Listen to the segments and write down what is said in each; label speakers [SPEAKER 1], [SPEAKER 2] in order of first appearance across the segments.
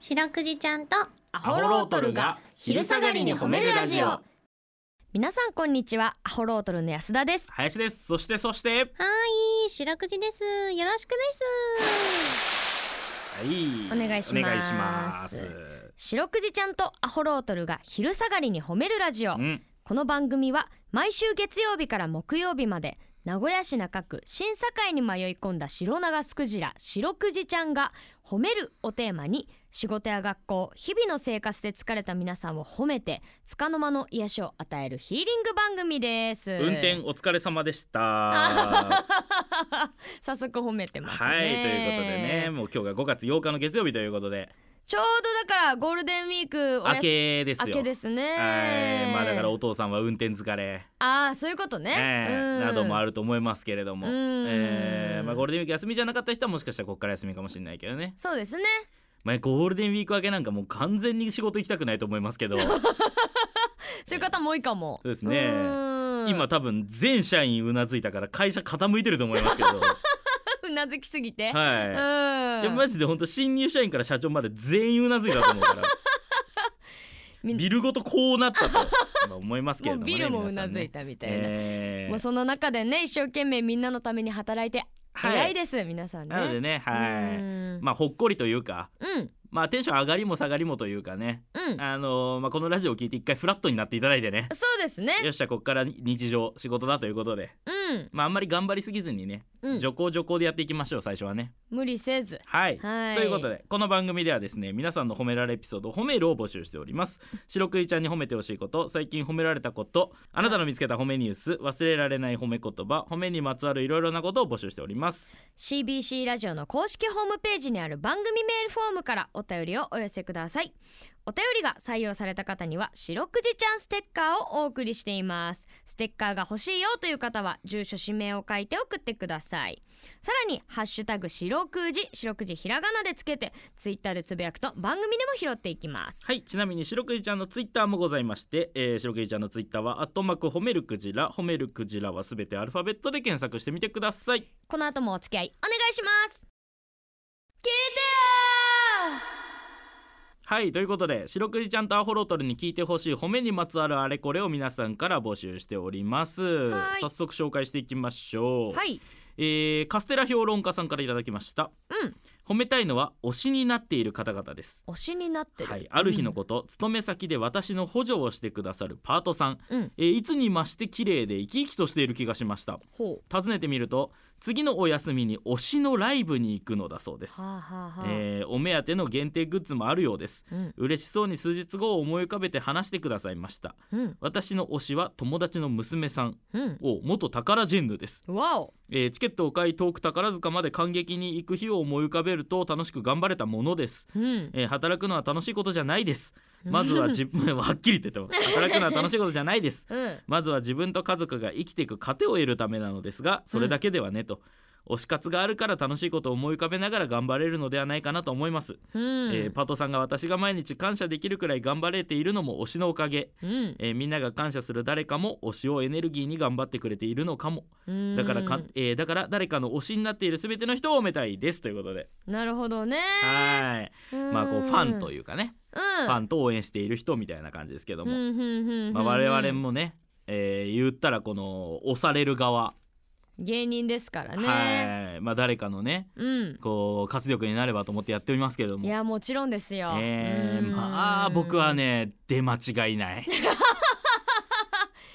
[SPEAKER 1] 白くじちゃんと
[SPEAKER 2] ア
[SPEAKER 3] ホロートルが昼下がりに褒めるラジオ
[SPEAKER 2] 皆さんこんにちはアホロートルの安田です
[SPEAKER 3] 林ですそしてそしては
[SPEAKER 1] はい白くじですよろしくです
[SPEAKER 3] い
[SPEAKER 2] お願いします
[SPEAKER 3] お願いします
[SPEAKER 2] 白くじちゃんとアホロートルが昼下がりに褒めるラジオ
[SPEAKER 3] うん
[SPEAKER 2] この番組は毎週月曜日から木曜日まで名古屋市中区審査会に迷い込んだ白長スクジラ白くじちゃんが「褒める」をテーマに仕事や学校日々の生活で疲れた皆さんを褒めて束の間の癒しを与えるヒーリング番組です
[SPEAKER 3] 運転お疲れ様でしたは
[SPEAKER 2] 早速褒めて
[SPEAKER 3] い
[SPEAKER 2] ますね
[SPEAKER 3] ということでねもう今日が5月8日の月曜日ということで
[SPEAKER 2] ちょうどだからゴールデンウィークお休
[SPEAKER 3] 明けですよ
[SPEAKER 2] 明けですね
[SPEAKER 3] はいまあだからお父さんは運転疲れ
[SPEAKER 2] ああそういうことね、
[SPEAKER 3] ええ
[SPEAKER 2] うん
[SPEAKER 3] などもあると思いますけれども、
[SPEAKER 2] うん
[SPEAKER 3] ええまあ、ゴールデンウィーク休みじゃなかった人はもしかしたらここから休みかもしれないけどね、
[SPEAKER 2] そうですね
[SPEAKER 3] まあ、ゴールデンウィーク明けなんかもう完全に仕事行きたくないと思いますけどそ
[SPEAKER 2] そういう方も多いかも
[SPEAKER 3] うですね
[SPEAKER 2] うん
[SPEAKER 3] 今多分全社員うなずいたから会社傾いてると思いますけ ど
[SPEAKER 2] うなずきすぎて、う
[SPEAKER 3] は
[SPEAKER 2] ん
[SPEAKER 3] い、いやマジで本当新入社員から社長まで全員うなずいたと思うから
[SPEAKER 2] みん
[SPEAKER 3] ビルごとこうなったとまあ思いますけれど
[SPEAKER 2] も
[SPEAKER 3] も
[SPEAKER 2] う
[SPEAKER 3] ね
[SPEAKER 2] ビルもうな
[SPEAKER 3] 皆さん
[SPEAKER 2] ず
[SPEAKER 3] ね
[SPEAKER 2] いたみたいな、
[SPEAKER 3] ええ
[SPEAKER 2] もうその中でね一生懸命みんなのために働いて
[SPEAKER 3] はい
[SPEAKER 2] 偉いです、皆さんね
[SPEAKER 3] なのでねはい
[SPEAKER 2] うん
[SPEAKER 3] まあほっこりというか
[SPEAKER 2] うん
[SPEAKER 3] まあテンション上がりも下がりもというかね
[SPEAKER 2] うん
[SPEAKER 3] あのーまあ、このラジオを聞いて一回フラットになっていただいてね
[SPEAKER 2] そうですね
[SPEAKER 3] よっしゃこっから日常仕事だということで、
[SPEAKER 2] うん
[SPEAKER 3] まあ、あんまり頑張りすぎずにね、
[SPEAKER 2] うん
[SPEAKER 3] 徐行徐行でやっていきましょう最初はね。
[SPEAKER 2] 無理せず
[SPEAKER 3] はい
[SPEAKER 2] はい
[SPEAKER 3] ということでこの番組ではですね皆さんの褒められエピソード褒めるを募集しております白くじちゃんに褒めてほしいこと最近褒められたことあなたの見つけた褒めニュース忘れられない褒め言葉褒めにまつわるいろいろなことを募集しております
[SPEAKER 2] CBC ラジオの公式ホームページにある番組メールフォームからお便りをお寄せくださいお便りが採用された方には「白くじちゃんステッカー」をお送りしていますステッカーが欲しいよという方は住所氏名を書いて送ってくださいさらに「ハッシュタグ白くじ」白くじひらがなでつけてツイッターでつぶやくと番組でも拾っていきます
[SPEAKER 3] はいちなみに白くじちゃんのツイッターもございまして、えー、白くじちゃんのツイッターは「アットマーク褒めるくじら」褒めるくじらはすべてアルファベットで検索してみてください
[SPEAKER 2] この後もお付き合いお願いします聞いてよ
[SPEAKER 3] はいということで白くじちゃんとアホロートルに聞いてほしい褒めにまつわるあれこれを皆さんから募集しております
[SPEAKER 2] はい
[SPEAKER 3] 早速紹介していきましょう、
[SPEAKER 2] はい
[SPEAKER 3] えーカステラ評論家さんからいただきました
[SPEAKER 2] うん
[SPEAKER 3] 褒めたいのは推しになっている方々です
[SPEAKER 2] 推しになってる、
[SPEAKER 3] はい、ある日のこと、勤め先で私の補助をしてくださるパートさん、
[SPEAKER 2] うん
[SPEAKER 3] えーいつに増して綺麗で生き生きとしている気がしました
[SPEAKER 2] ほ
[SPEAKER 3] 訪ねてみると次のお休みに推しのライブに行くのだそうです
[SPEAKER 2] う、はあはあはあ、
[SPEAKER 3] えーお目当ての限定グッズもあるようです
[SPEAKER 2] うん
[SPEAKER 3] 嬉しそうに数日後を思い浮かべて話してくださいました
[SPEAKER 2] うん
[SPEAKER 3] 私の推しは友達の娘さん
[SPEAKER 2] うん
[SPEAKER 3] を元宝ジェンヌです、
[SPEAKER 2] わお
[SPEAKER 3] えーチケットを買い遠く宝塚まで感激に行く日を思い浮かべると楽しく頑張れたものです、
[SPEAKER 2] うん
[SPEAKER 3] えー働くのは楽しいことじゃないですまずは自 分はっきり 言ってたもん働くのは楽しいことじゃないです
[SPEAKER 2] うん
[SPEAKER 3] まずは自分と家族が生きていく糧を得るためなのですがそれだけではねと、推し活があるから楽しいことを思い浮かべながら頑張れるのではないかなと思います
[SPEAKER 2] うん
[SPEAKER 3] えーパトさんが私が毎日感謝できるくらい頑張れているのも推しのおかげ、
[SPEAKER 2] うん
[SPEAKER 3] えーみんなが感謝する誰かも推しをエネルギーに頑張ってくれているのかも
[SPEAKER 2] うん
[SPEAKER 3] だからか、えーだから誰かの推しになっている全ての人を褒めたいですということで、
[SPEAKER 2] なるほどね
[SPEAKER 3] はいまあこうファンと
[SPEAKER 2] い
[SPEAKER 3] いうか
[SPEAKER 2] う
[SPEAKER 3] ね、
[SPEAKER 2] んフ
[SPEAKER 3] ファンと応援している人みたいな感じですけども、
[SPEAKER 2] うんうんうんうん
[SPEAKER 3] まあ、我々もね、えー言ったらこの押される側、
[SPEAKER 2] 芸人ですからね
[SPEAKER 3] はいまあ、誰かのね
[SPEAKER 2] うん
[SPEAKER 3] こう活力になればと思ってやっておりますけれども
[SPEAKER 2] いやもちろんですよ
[SPEAKER 3] え
[SPEAKER 2] う
[SPEAKER 3] ー、
[SPEAKER 2] ん
[SPEAKER 3] まあ僕はね出間違 いない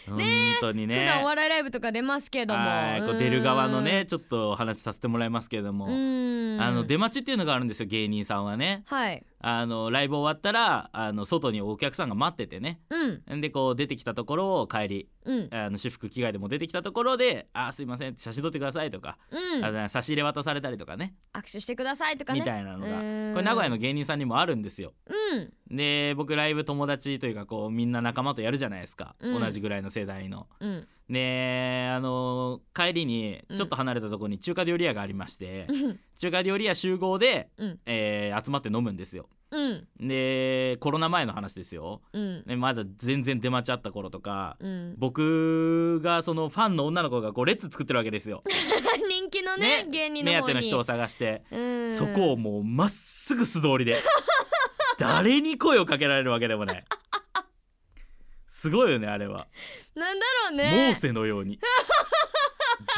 [SPEAKER 3] 本当にね
[SPEAKER 2] 普段お笑いライブとか出ますけども
[SPEAKER 3] はいこう出る側のねちょっとお話しさせてもらいますけれども、
[SPEAKER 2] うん
[SPEAKER 3] あの出待ちっていうのがあるんですよ芸人さんはね
[SPEAKER 2] はい
[SPEAKER 3] あのライブ終わったらあの外にお客さんが待っててね
[SPEAKER 2] うん
[SPEAKER 3] んでこう出てきたところを帰り
[SPEAKER 2] うん
[SPEAKER 3] あの私服着替えでも出てきたところで「あーすいません」って写真撮ってくださいとか、
[SPEAKER 2] うん
[SPEAKER 3] あの差し入れ渡されたりとかね
[SPEAKER 2] 握手してくださいとかね
[SPEAKER 3] みたいなのが
[SPEAKER 2] うん
[SPEAKER 3] これ名古屋の芸人さんにもあるんですよ。
[SPEAKER 2] うん
[SPEAKER 3] で僕ライブ友達というかこうみんな仲間とやるじゃないですか、
[SPEAKER 2] うん
[SPEAKER 3] 同じぐらいの世代の。
[SPEAKER 2] うん
[SPEAKER 3] であの帰りに
[SPEAKER 2] うん
[SPEAKER 3] ちょっと離れたところに中華料理屋がありまして、
[SPEAKER 2] うん
[SPEAKER 3] 中華料理屋集合で、
[SPEAKER 2] うん
[SPEAKER 3] えー集まって飲むんですよ。
[SPEAKER 2] うん
[SPEAKER 3] でコロナ前の話ですよ。
[SPEAKER 2] うん
[SPEAKER 3] ねまだ全然出待ちあった頃とか、
[SPEAKER 2] うん
[SPEAKER 3] 僕がそのファンの女の子がこう列作ってるわけですよ。
[SPEAKER 2] 人気のね芸人の
[SPEAKER 3] 目
[SPEAKER 2] 方に
[SPEAKER 3] 当ての人を探して、
[SPEAKER 2] うん
[SPEAKER 3] そこをもうまっすぐ素通りで誰に声をかけられるわけでもないすごいよねあれは、
[SPEAKER 2] なんだろう
[SPEAKER 3] モー
[SPEAKER 2] ね
[SPEAKER 3] セのように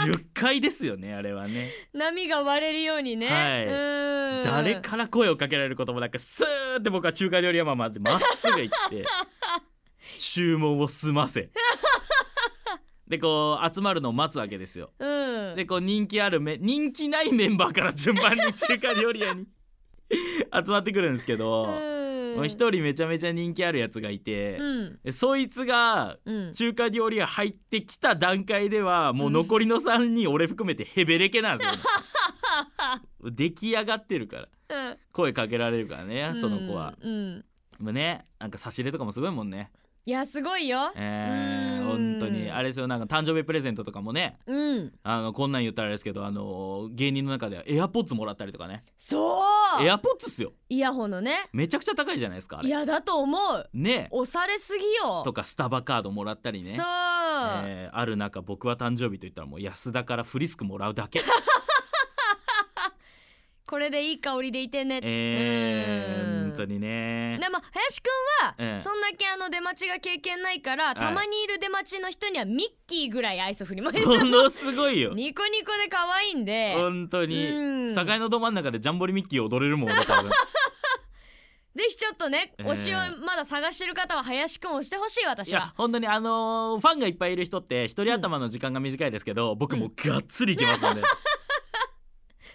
[SPEAKER 3] 10回ですよねあれはね
[SPEAKER 2] 波が割れるようにね、
[SPEAKER 3] はい
[SPEAKER 2] うん
[SPEAKER 3] 誰から声をかけられることもなくスーって僕は中華料理屋ままでまっすぐ行って 注文を済ませでこう集まるのを待つわけですよ
[SPEAKER 2] うん
[SPEAKER 3] でこう人気あるめ人気ないメンバーから順番に中華料理屋に 集まってくるんですけど
[SPEAKER 2] う
[SPEAKER 3] もうん一人めちゃめちゃ人気あるやつがいて、
[SPEAKER 2] うん
[SPEAKER 3] でそいつが
[SPEAKER 2] うん
[SPEAKER 3] 中華料理屋入ってきた段階ではもう残りの3人俺含めてヘベレケなんです よ出来上がってるから
[SPEAKER 2] うん
[SPEAKER 3] 声かけられるからねその子は、
[SPEAKER 2] うんうん
[SPEAKER 3] もうねなんか差し入れとかもすごいもんね
[SPEAKER 2] いやすごいよ
[SPEAKER 3] えー、
[SPEAKER 2] うん
[SPEAKER 3] 本当にあれですよなんか誕生日プレゼントとかもね
[SPEAKER 2] うん
[SPEAKER 3] あのこんなん言ったらあれですけどあの芸人の中ではエアポッツもらったりとかね
[SPEAKER 2] そう
[SPEAKER 3] エアポッツっすよ
[SPEAKER 2] イヤホンのね
[SPEAKER 3] めちゃくちゃ高いじゃないですかあ
[SPEAKER 2] い
[SPEAKER 3] れ
[SPEAKER 2] やだと思う
[SPEAKER 3] ね
[SPEAKER 2] 押されすぎよ
[SPEAKER 3] とかスタバカードもらったりね
[SPEAKER 2] そう、
[SPEAKER 3] えーある中僕は誕生日といったらもう安田からフリスクもらうだ け、
[SPEAKER 2] これでいい香りでいてね
[SPEAKER 3] えー
[SPEAKER 2] うん
[SPEAKER 3] 本当にね
[SPEAKER 2] でも林くん
[SPEAKER 3] え
[SPEAKER 2] は
[SPEAKER 3] え
[SPEAKER 2] そんだけあの出待ちが経験ないから、たまにいる出待ちの人にはミッキーぐらい愛想振りま いた
[SPEAKER 3] ものすごいよ
[SPEAKER 2] ニコニコで可愛いんで
[SPEAKER 3] 本当
[SPEAKER 2] う
[SPEAKER 3] に
[SPEAKER 2] ん
[SPEAKER 3] 境のど真ん中でジャンボリミッキー踊れるもんね多分
[SPEAKER 2] ぜひちょっとね、
[SPEAKER 3] ええ
[SPEAKER 2] 推しをまだ探してる方は林くんを推してほしい
[SPEAKER 3] い
[SPEAKER 2] 私
[SPEAKER 3] や
[SPEAKER 2] は
[SPEAKER 3] 本当にあのーファンがいっぱいいる人って一人頭の時間が短いですけど、僕もがっつりいきますので、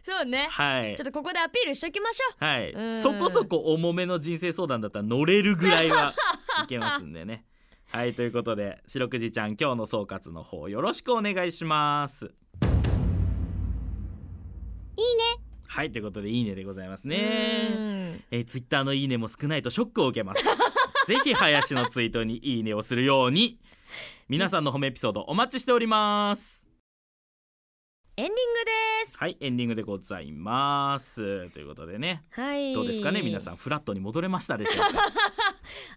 [SPEAKER 2] そうね、
[SPEAKER 3] はい
[SPEAKER 2] ちょっとここでアピールしときましょ
[SPEAKER 3] はい、
[SPEAKER 2] うん
[SPEAKER 3] そこそこ重めの人生相談だったら乗れるぐらいはいけますんで ね。はいということで白くじちゃん今日の総括の方よろしくお願いします。
[SPEAKER 1] いいね
[SPEAKER 3] はいということで「いいね」でございます
[SPEAKER 2] う
[SPEAKER 3] ね。
[SPEAKER 2] ね
[SPEAKER 3] えー、ツイッターの「いいね」も少ないとショックを受 けます。ぜひ林のツイートに「いいね」をするように皆さんの褒めエピソードお待ちしております。
[SPEAKER 2] エンディングです
[SPEAKER 3] はいエンディングでございます。ということでね
[SPEAKER 2] はい
[SPEAKER 3] どうですかね皆さんフラットに戻れましたでしょ うか。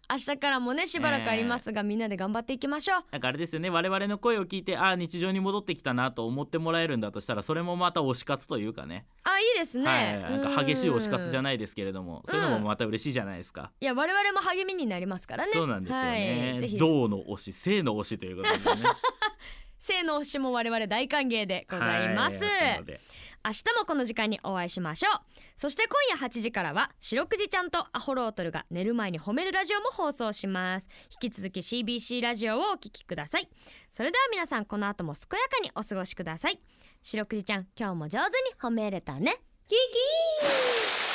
[SPEAKER 2] 明日からもねしばらくありますが、みんなで頑張っていきましょう
[SPEAKER 3] なんかあれですよね我々の声を聞いてああ日常に戻ってきたなと思ってもらえるんだとしたらそれもまた推し活というかね
[SPEAKER 2] あいいですね、
[SPEAKER 3] はい、なんか激しい推し活じゃ
[SPEAKER 2] ない
[SPEAKER 3] ないですけれども
[SPEAKER 2] うん
[SPEAKER 3] そういうのもまた嬉しいじゃないですか、
[SPEAKER 2] いや我々も励みになりますからね
[SPEAKER 3] そうなんですよね、
[SPEAKER 2] はい、ぜひ
[SPEAKER 3] 銅の推し性の推しということでね
[SPEAKER 2] 性の推しも我々大歓迎で ございます、
[SPEAKER 3] はいそうなので
[SPEAKER 2] 明日もこの時間にお会いしましょうそして今夜8時からは「白くじちゃんとアホロートルが寝る前に褒めるラジオ」も放送します引き続き CBC ラジオをお聞きくださいそれでは皆さんこの後も健やかにお過ごしください白くじちゃん今日も上手に褒めれたねキキー